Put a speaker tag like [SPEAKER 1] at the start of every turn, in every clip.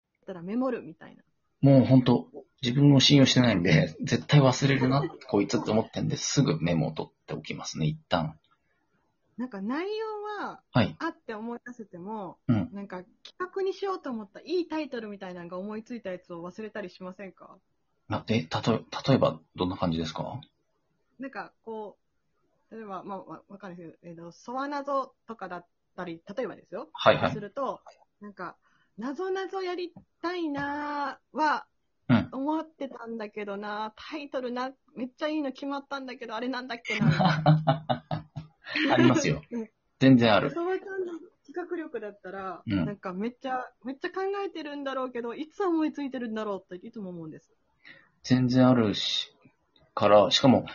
[SPEAKER 1] ったらメモるみたいな。
[SPEAKER 2] もう本当、自分を信用してないんで、絶対忘れるな、こいつって思ってんで、すぐメモを取っておきますね、一旦。
[SPEAKER 1] なんか内容は、
[SPEAKER 2] はい。
[SPEAKER 1] あって思い出せても、
[SPEAKER 2] うん
[SPEAKER 1] なんか企画にしようと思ったいいタイトルみたいなのが思いついたやつを忘れたりしませんか
[SPEAKER 2] なで、たとえ、例えば、どんな感じですか
[SPEAKER 1] なんかこう、例えば、まあ、わわかんないですけど、えっ、と、ソワナゾとかだったり、例えばですよ。
[SPEAKER 2] はいは
[SPEAKER 1] す
[SPEAKER 2] い。
[SPEAKER 1] ると、なんか、なぞなぞやりたいなーは
[SPEAKER 2] うん、
[SPEAKER 1] 思ってたんだけどなー、タイトルな、めっちゃいいの決まったんだけど、あれなんだっけなみたいな。
[SPEAKER 2] ありますよ
[SPEAKER 1] うん。
[SPEAKER 2] 全然ある。
[SPEAKER 1] そばちゃんの企画力だったら、
[SPEAKER 2] うん
[SPEAKER 1] なんかめっちゃ、めっちゃ考えてるんだろうけど、いつ思いついてるんだろうっていつも思うんです。
[SPEAKER 2] 全然あるし、から、しかも、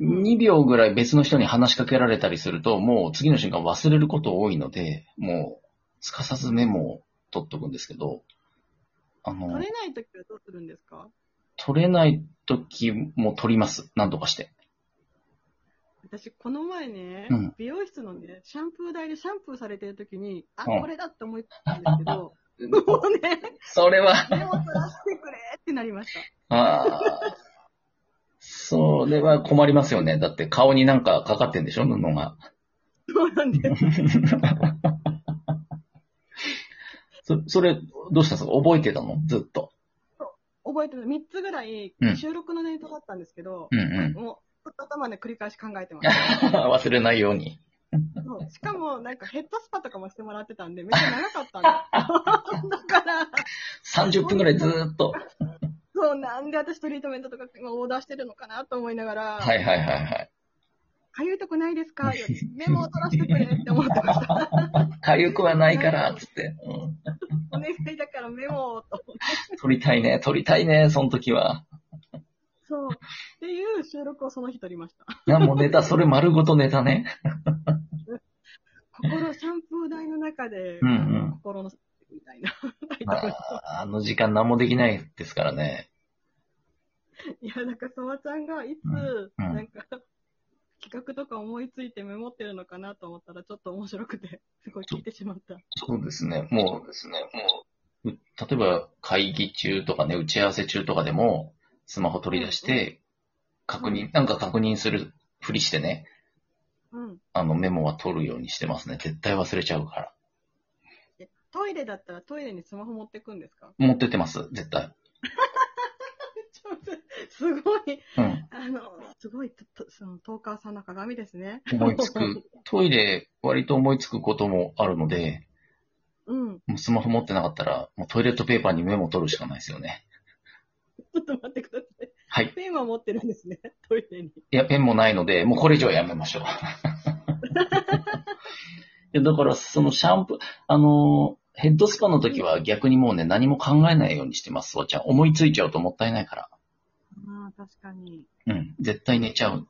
[SPEAKER 2] 2秒ぐらい別の人に話しかけられたりすると、もう次の瞬間忘れること多いので、もう、すかさずメモを取っとくんですけど、あの、
[SPEAKER 1] 取れないときはどうするんですか
[SPEAKER 2] 取れない時も取ります。なんとかして。
[SPEAKER 1] 私、この前ね、
[SPEAKER 2] うん
[SPEAKER 1] 美容室のね、シャンプー台でシャンプーされてるときに、あ、
[SPEAKER 2] うん
[SPEAKER 1] これだって思いついたんですけど、もうね、
[SPEAKER 2] それは、
[SPEAKER 1] 目を取らせてくれってなりました。
[SPEAKER 2] ああ、それは困りますよね。だって顔になんかかかってんでしょ布が。
[SPEAKER 1] そうなんです。
[SPEAKER 2] そ、それ、どうしたんですか覚えてたのずっと。
[SPEAKER 1] 覚えてる。3つぐらい
[SPEAKER 2] うん
[SPEAKER 1] 収録のネタだったんですけど
[SPEAKER 2] う、んうん。
[SPEAKER 1] もう、ずっと頭で繰り返し考えてました。
[SPEAKER 2] 忘れないように。
[SPEAKER 1] そうしかも、なんかヘッドスパとかもしてもらってたんで、めっちゃ長かったんだ。 だから、
[SPEAKER 2] 30分ぐらいずーっと。
[SPEAKER 1] そう、なんで私トリートメントとか今オーダーしてるのかなと思いながら、、
[SPEAKER 2] はいいはいはいはい。
[SPEAKER 1] かゆいとこないですかよりメモを取らせてくれって思ってま した。
[SPEAKER 2] かゆくはないから、つって。うん
[SPEAKER 1] お願いだからメモをと。
[SPEAKER 2] 撮りたいね、撮りたいね、その時は。
[SPEAKER 1] そう。っていう収録をその日撮りました。
[SPEAKER 2] なんもネタ、それ丸ごとネタね。
[SPEAKER 1] 心、シャンプー台の中で、
[SPEAKER 2] うんうん
[SPEAKER 1] 心の、みたいな。
[SPEAKER 2] まあ、あの時間何もできないですからね。
[SPEAKER 1] いや、なんか、そばちゃんがいつ、
[SPEAKER 2] んうん
[SPEAKER 1] なんか、企画とか思いついてメモってるのかなと思ったら、ちょっと面白くて、すごい聞いてしまった。
[SPEAKER 2] そうですね。もうですね、もう、う例えば会議中とかね、打ち合わせ中とかでも、スマホ取り出して、確認、なんか確認するふりしてね、
[SPEAKER 1] うん。
[SPEAKER 2] あのメモは取るようにしてますね。絶対忘れちゃうから。
[SPEAKER 1] トイレだったらトイレにスマホ持ってくんですか
[SPEAKER 2] 持ってってます、絶対。
[SPEAKER 1] ちょっとすごい、
[SPEAKER 2] うん。
[SPEAKER 1] あの、すごい、ととその、トーカーさんの鏡ですね。
[SPEAKER 2] 思いつ く。トイレ、割と思いつくこともあるので、
[SPEAKER 1] うん。
[SPEAKER 2] もうスマホ持ってなかったら、もうトイレットペーパーにメモ取るしかないですよね。
[SPEAKER 1] ちょっと待ってください。
[SPEAKER 2] はい。
[SPEAKER 1] ペンは持ってるんですね、 トイレに。
[SPEAKER 2] いや、ペンもないので、もうこれ以上やめましょう。いやだから、そのシャンプー、あのー、ヘッドスパの時は逆にもうね、何も考えないようにしてます、そうちゃん。思いついちゃうともったいないから。
[SPEAKER 1] ああ、確かに。
[SPEAKER 2] うん。絶対寝ちゃう。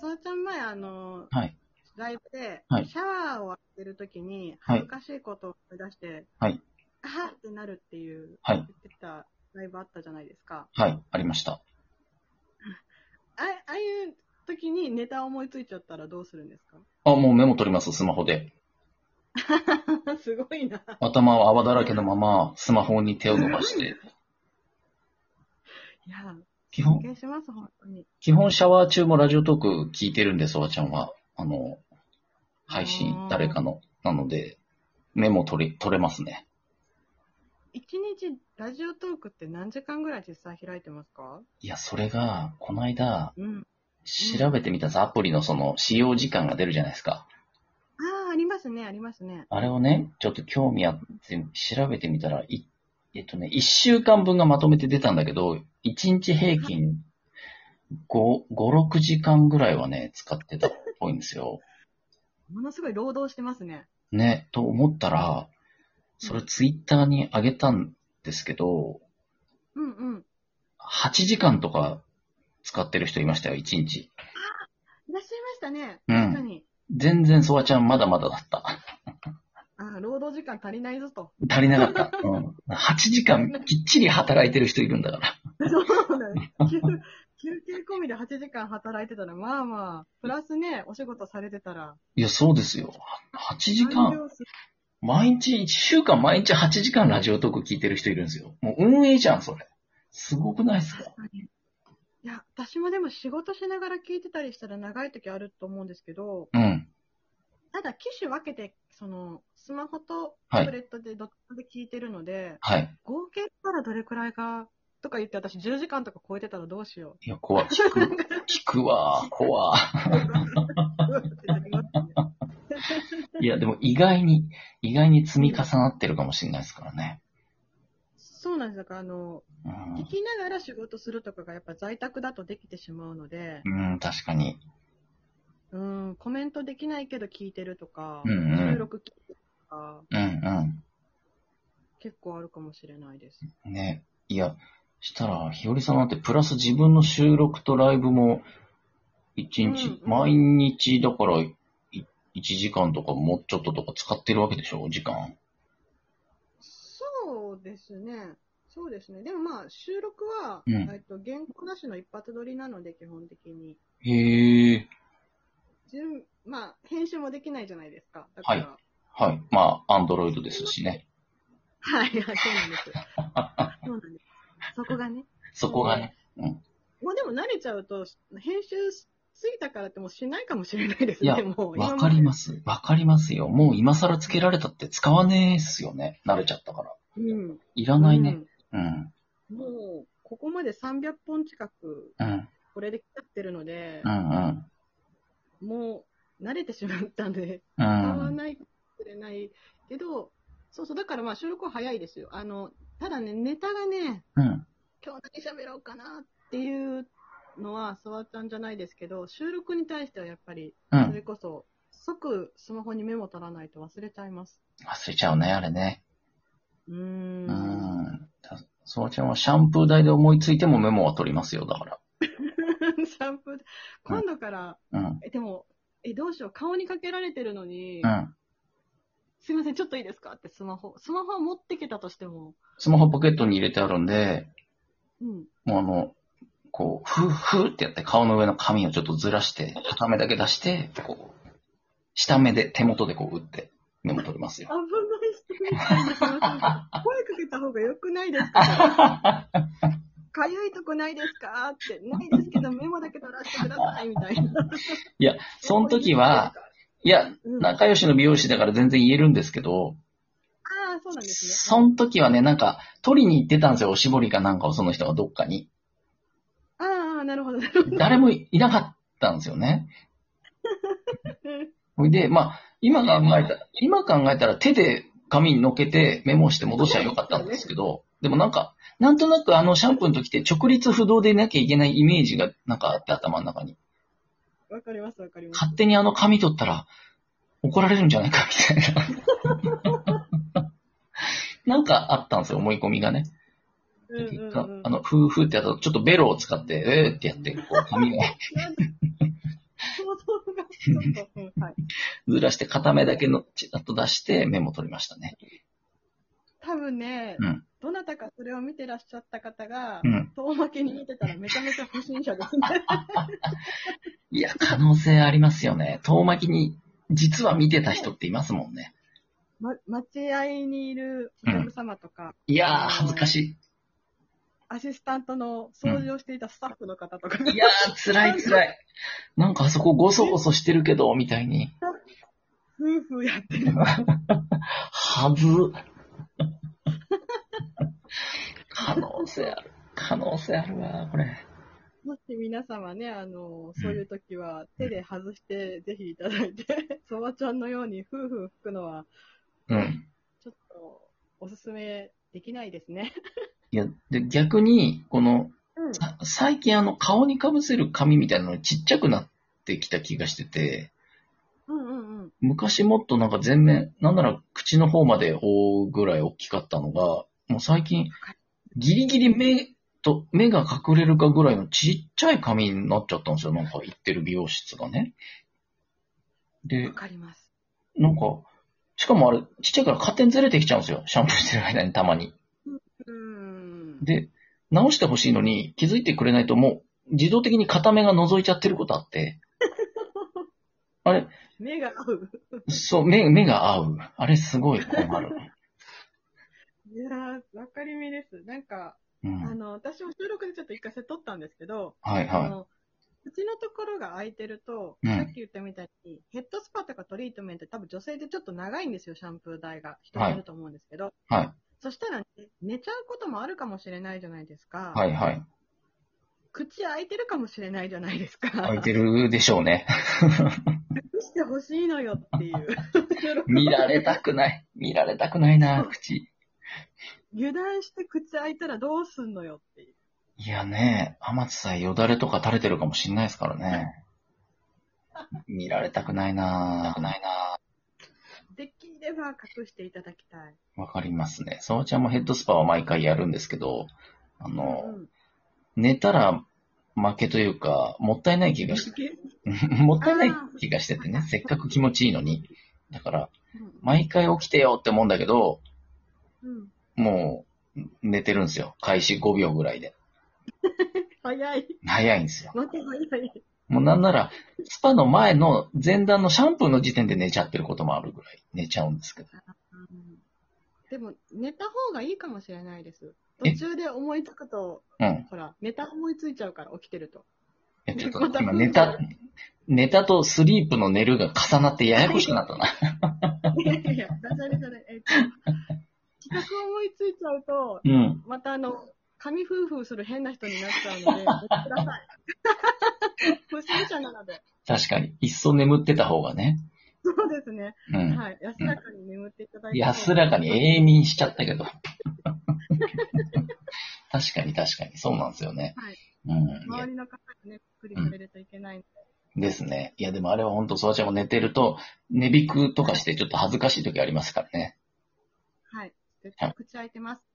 [SPEAKER 1] そばちゃん前、あの、
[SPEAKER 2] はい。
[SPEAKER 1] ライブで、
[SPEAKER 2] はい
[SPEAKER 1] シャワーを浴びてるときに、
[SPEAKER 2] はい
[SPEAKER 1] 恥ずかしいことを思い出して、
[SPEAKER 2] はい
[SPEAKER 1] あはってなるっていう、
[SPEAKER 2] はい
[SPEAKER 1] 言ってたライブあったじゃないですか。
[SPEAKER 2] はい、ありました。
[SPEAKER 1] あああいう時にネタ思いついちゃったらどうするんですか
[SPEAKER 2] あ、もうメモ取ります、スマホで。
[SPEAKER 1] すごいな。
[SPEAKER 2] 頭は泡だらけのまま、スマホに手を伸ばして。
[SPEAKER 1] いや、
[SPEAKER 2] 基
[SPEAKER 1] 尊
[SPEAKER 2] 本、
[SPEAKER 1] 敬します、本当に。
[SPEAKER 2] 基本シャワー中もラジオトーク聞いてるんで、そうちゃんは。あの、配信
[SPEAKER 1] あ、ー
[SPEAKER 2] 誰かの。なので、メモ取り、取れますね。
[SPEAKER 1] 一日ラジオトークって何時間ぐらい実際開いてますか
[SPEAKER 2] いや、それが、この間、
[SPEAKER 1] うん。
[SPEAKER 2] 調べてみたんですアプリのその、使用時間が出るじゃないですか。
[SPEAKER 1] ああ、ありますね、ありますね。
[SPEAKER 2] あれをね、ちょっと興味あって、調べてみたら、いえっとね、1週間分がまとめて出たんだけど、1日平均5、5、6時間ぐらいはね、使ってたっぽいんですよ。
[SPEAKER 1] ものすごい労働してますね。
[SPEAKER 2] ね、と思ったら、それツイッターに上げたんですけど、
[SPEAKER 1] うんうん。
[SPEAKER 2] 8時間とか使ってる人いましたよ、1日。
[SPEAKER 1] いらっしゃいましたね。
[SPEAKER 2] うん
[SPEAKER 1] 確かに。
[SPEAKER 2] 全然ソワちゃんまだまだだった。
[SPEAKER 1] ああ、労働時間足りないぞと。
[SPEAKER 2] 足りなかった。うん。8時間きっちり働いてる人いるんだから。
[SPEAKER 1] そうだ ね。休休憩込みで8時間働いてたら、まあまあ、プラスね、お仕事されてたら。
[SPEAKER 2] いや、そうですよ。8時
[SPEAKER 1] 残
[SPEAKER 2] 間。
[SPEAKER 1] 業す
[SPEAKER 2] 毎日、1週間毎日8時間ラジオトーク聞いてる人いるんですよ。もう運営じゃん、それ。すごくないですか
[SPEAKER 1] いや、私もでも仕事しながら聞いてたりしたら長い時あると思うんですけど、
[SPEAKER 2] うん。
[SPEAKER 1] ただ機種分けて、その、スマホと
[SPEAKER 2] は
[SPEAKER 1] タ
[SPEAKER 2] い
[SPEAKER 1] ブレットでどっちで聞いてるので、
[SPEAKER 2] はい。
[SPEAKER 1] 合計したらどれくらいか、とか言って私10時間とか超えてたらどうしよ
[SPEAKER 2] いや、怖い。聞
[SPEAKER 1] う。な
[SPEAKER 2] く、
[SPEAKER 1] んか
[SPEAKER 2] 聞くわ、怖い。
[SPEAKER 1] うわってなりますね
[SPEAKER 2] いや、でも意外に、意外に積み重なってるかもしれないですからね。
[SPEAKER 1] そうなんですだからあの、
[SPEAKER 2] う
[SPEAKER 1] 聞きながら仕事するとかがやっぱ在宅だとできてしまうので、
[SPEAKER 2] ん、うん、確かに。
[SPEAKER 1] うん、コメントできないけど聞いてるとか、
[SPEAKER 2] うんうん
[SPEAKER 1] 収録聞いてるとか、
[SPEAKER 2] うん、
[SPEAKER 1] 結構あるかもしれないです。
[SPEAKER 2] うん。ね。いや、したら、ひよりさんなんて、プラス自分の収録とライブも、一日、
[SPEAKER 1] うんうん
[SPEAKER 2] 毎日、だから、い1時間とかもうちょっととか使ってるわけでしょ時間。
[SPEAKER 1] そうですね。そうですね。でもまあ、収録は、
[SPEAKER 2] うん
[SPEAKER 1] えっと、原稿なしの一発撮りなので、基本的に。
[SPEAKER 2] へえ。
[SPEAKER 1] 順まあ、編集もできないじゃないですか。だから。
[SPEAKER 2] はい。まあ、アンドロイドですしね。
[SPEAKER 1] はい、はい、そうなんです。そうなんです。そこがね。
[SPEAKER 2] そこがね。
[SPEAKER 1] もうでも慣れちゃうと、編集しついたからってもうしないかもしれないです
[SPEAKER 2] いや
[SPEAKER 1] ね、もう。。
[SPEAKER 2] わかりますす。わかりますよ。もう今更つけられたって使わねえっすよね。慣れちゃったから。
[SPEAKER 1] うん。
[SPEAKER 2] いらないね。うん。
[SPEAKER 1] うんもう、ここまで300本近く、
[SPEAKER 2] うん。
[SPEAKER 1] これで来ちゃってるので
[SPEAKER 2] う、ん。
[SPEAKER 1] もう、慣れてしまったんで。
[SPEAKER 2] う
[SPEAKER 1] 使わ
[SPEAKER 2] ん。
[SPEAKER 1] ないかもしれないけど、そうそう、だからまあ収録は早いですよ。あの、ただね、ネタがね、
[SPEAKER 2] うん。
[SPEAKER 1] 今日何喋ろうかなっていうのは、ソワちゃんじゃないですけど、収録に対してはやっぱり、
[SPEAKER 2] う
[SPEAKER 1] そ
[SPEAKER 2] ん。
[SPEAKER 1] れこそ、即スマホにメモ取らないと忘れちゃいます。
[SPEAKER 2] 忘れちゃうね、あれね。
[SPEAKER 1] うーん。
[SPEAKER 2] うん。たそらちゃんはシャンプー台で思いついてもメモは取りますよ、だか
[SPEAKER 1] シャンプー、今度から、
[SPEAKER 2] ら。うん。
[SPEAKER 1] え、でも、え、どうしよう、顔にかけられてるのに、
[SPEAKER 2] うん。
[SPEAKER 1] すいません、ちょっといいですかってスマホ、スマホは持ってきたとしても、
[SPEAKER 2] スマホポケットに入れてあるんで、
[SPEAKER 1] うん。
[SPEAKER 2] もうあの、こう、ふーふーってやって顔の上の髪をちょっとずらして、片目だけ出して、こう、下目で手元でこう打ってメモ取ります
[SPEAKER 1] 危ない人みたいな。
[SPEAKER 2] よ。
[SPEAKER 1] 声かけた方が良くないですかかゆいとこないですかって。ないですけど、メモだけ取らせてください、みたいな。
[SPEAKER 2] いや、その時は、、いや、
[SPEAKER 1] うん、あ
[SPEAKER 2] 仲良しの美容師だから全然言えるんですけど、
[SPEAKER 1] あ、そうなんですね。
[SPEAKER 2] その時はね、なんか、取りに行ってたんですよ、おしぼりかなんかをその人がどっかに。
[SPEAKER 1] ああ、なるほど。 なるほど
[SPEAKER 2] 誰もいなかったんですよね。ほいで、まあ、今考えたら、今考えたら手で紙に乗っけてメモして戻したらよかったんですけど、でもなんか、なんとなくあのシャンプーの時って直立不動でいなきゃいけないイメージがなんかあって頭の中に。
[SPEAKER 1] わかります、わかります。
[SPEAKER 2] 勝手にあの紙取ったら怒られるんじゃないかみたいな。 なんかあったんですよ、思い込みがね。
[SPEAKER 1] うんうんうん
[SPEAKER 2] あの、ふーふーってやったらちょっとベロを使って、えーってやって、こう髪を
[SPEAKER 1] なんで想像がちょっとうんはい
[SPEAKER 2] ずらして片目だけのちらっと出してメモ取りましたね。
[SPEAKER 1] 多分ね、
[SPEAKER 2] うん
[SPEAKER 1] どなたかそれを見てらっしゃった方が
[SPEAKER 2] う、ん。
[SPEAKER 1] 遠巻きに見てたらめちゃめちゃ不審者ですね。
[SPEAKER 2] いや、可能性ありますよね。遠巻きに、実は見てた人っていますもんね。
[SPEAKER 1] ま、待合にいるお客様とか、
[SPEAKER 2] いやー、恥ずかし
[SPEAKER 1] アシスタントの掃除をしていたスタッフの方とか、
[SPEAKER 2] い。いやー、辛い辛い。なんかあそこごそごそしてるけど、みたいに。
[SPEAKER 1] 夫婦やってる。
[SPEAKER 2] はず。可能性ある。可能性あるわ、これ。
[SPEAKER 1] もし皆様ね、あの、そういう時は手で外して、ぜひいただいて、 そばちゃんのように夫婦吹くのは、
[SPEAKER 2] うん。
[SPEAKER 1] ちょっと、おすすめできないですね。
[SPEAKER 2] いや、で、逆に、この、
[SPEAKER 1] うん。
[SPEAKER 2] さ最近あの、顔にかぶせる紙みたいなのちっちゃくなってきた気がしてて、
[SPEAKER 1] うんうんうん。
[SPEAKER 2] 昔もっとなんか全面、なんなら口の方まで覆うぐらい大きかったのが、もう最近、ギリギリ目と、目が隠れるかぐらいのちっちゃい髪になっちゃったんですよ。なんか行ってる美容室がね。で
[SPEAKER 1] わ、かります。
[SPEAKER 2] なんか、しかもあれ、ちっちゃいから勝手にずれてきちゃうんですよ。シャンプーしてる間にたまに。
[SPEAKER 1] うーん。
[SPEAKER 2] で、直してほしいのに気づいてくれないともう自動的に片目が覗いちゃってることあって、あれ、
[SPEAKER 1] 目が合う。
[SPEAKER 2] そう、目、目が合う。あれすごい困る。
[SPEAKER 1] いやー、わかりみです。なんか、
[SPEAKER 2] う
[SPEAKER 1] あ
[SPEAKER 2] ん。
[SPEAKER 1] の、私も収録でちょっと一回せ撮ったんですけど、
[SPEAKER 2] はい
[SPEAKER 1] あ
[SPEAKER 2] は
[SPEAKER 1] の、うちのところが空いてると、
[SPEAKER 2] うん
[SPEAKER 1] さっき言ったみたいに、ヘッドスパとかトリートメント、多分女性でちょっと長いんですよ、シャンプー代が。人によると思うんですけど。
[SPEAKER 2] い。はい。
[SPEAKER 1] そしたら、ね、寝ちゃうこともあるかもしれないじゃないですか。
[SPEAKER 2] はいはい。
[SPEAKER 1] 口開いてるかもしれないじゃないですか。
[SPEAKER 2] 空いてるでしょ うね。
[SPEAKER 1] どうしてほしいのよっていう。
[SPEAKER 2] 見られたくない。見られたくないな、口。
[SPEAKER 1] 油断して口開いたらどうすんのよっていう。
[SPEAKER 2] いやね、天津さんよだれとか垂れてるかもしんないですからね。見られたくないな見られたくないな
[SPEAKER 1] できれば隠していただきたい。
[SPEAKER 2] わかりますね。沢ちゃんもヘッドスパは毎回やるんですけど、あの、
[SPEAKER 1] うん、
[SPEAKER 2] 寝たら負けというか、もったいない気がして、もったいない気がしててね、せっかく気持ちいいのに。だから、毎回起きてよって思うんだけど、
[SPEAKER 1] うんうん、
[SPEAKER 2] もう、寝てるんですよ。開始5秒ぐらいで。
[SPEAKER 1] 早い。
[SPEAKER 2] 早いんですよ。
[SPEAKER 1] また早い。
[SPEAKER 2] もうなんなら、スパの前の前段のシャンプーの時点で寝ちゃってることもあるぐらい寝ちゃうんですけど。
[SPEAKER 1] うんでも、寝た方がいいかもしれないです。
[SPEAKER 2] え
[SPEAKER 1] 途中で思いつくと、
[SPEAKER 2] うん。
[SPEAKER 1] ほら、ネタ思いついちゃうから、起きてると。
[SPEAKER 2] えちょっと今寝た、寝たとスリープの寝るが重なってややこしくなったな。
[SPEAKER 1] いやいやいや、ダジャレじゃない。えっと、企画思いついちゃうと、
[SPEAKER 2] うん。
[SPEAKER 1] またあの、神夫婦する変な人になっちゃうので、ごめんください。不審者なので。
[SPEAKER 2] 確かに。いっそ眠ってた方がね。
[SPEAKER 1] そうですね。
[SPEAKER 2] うん。
[SPEAKER 1] はい。安らかに眠っていただいて。
[SPEAKER 2] 安らかに永眠しちゃったけど。 確かに確かに、そうなんですよね。
[SPEAKER 1] はい
[SPEAKER 2] うんい
[SPEAKER 1] 周
[SPEAKER 2] や
[SPEAKER 1] りの方がね、ゆっくりされるといけないので。
[SPEAKER 2] ですね。いや、でもあれは本当、そわちゃんも寝てると、寝びくとかしてちょっと恥ずかしい時ありますからね。
[SPEAKER 1] はい。絶対口開いてます。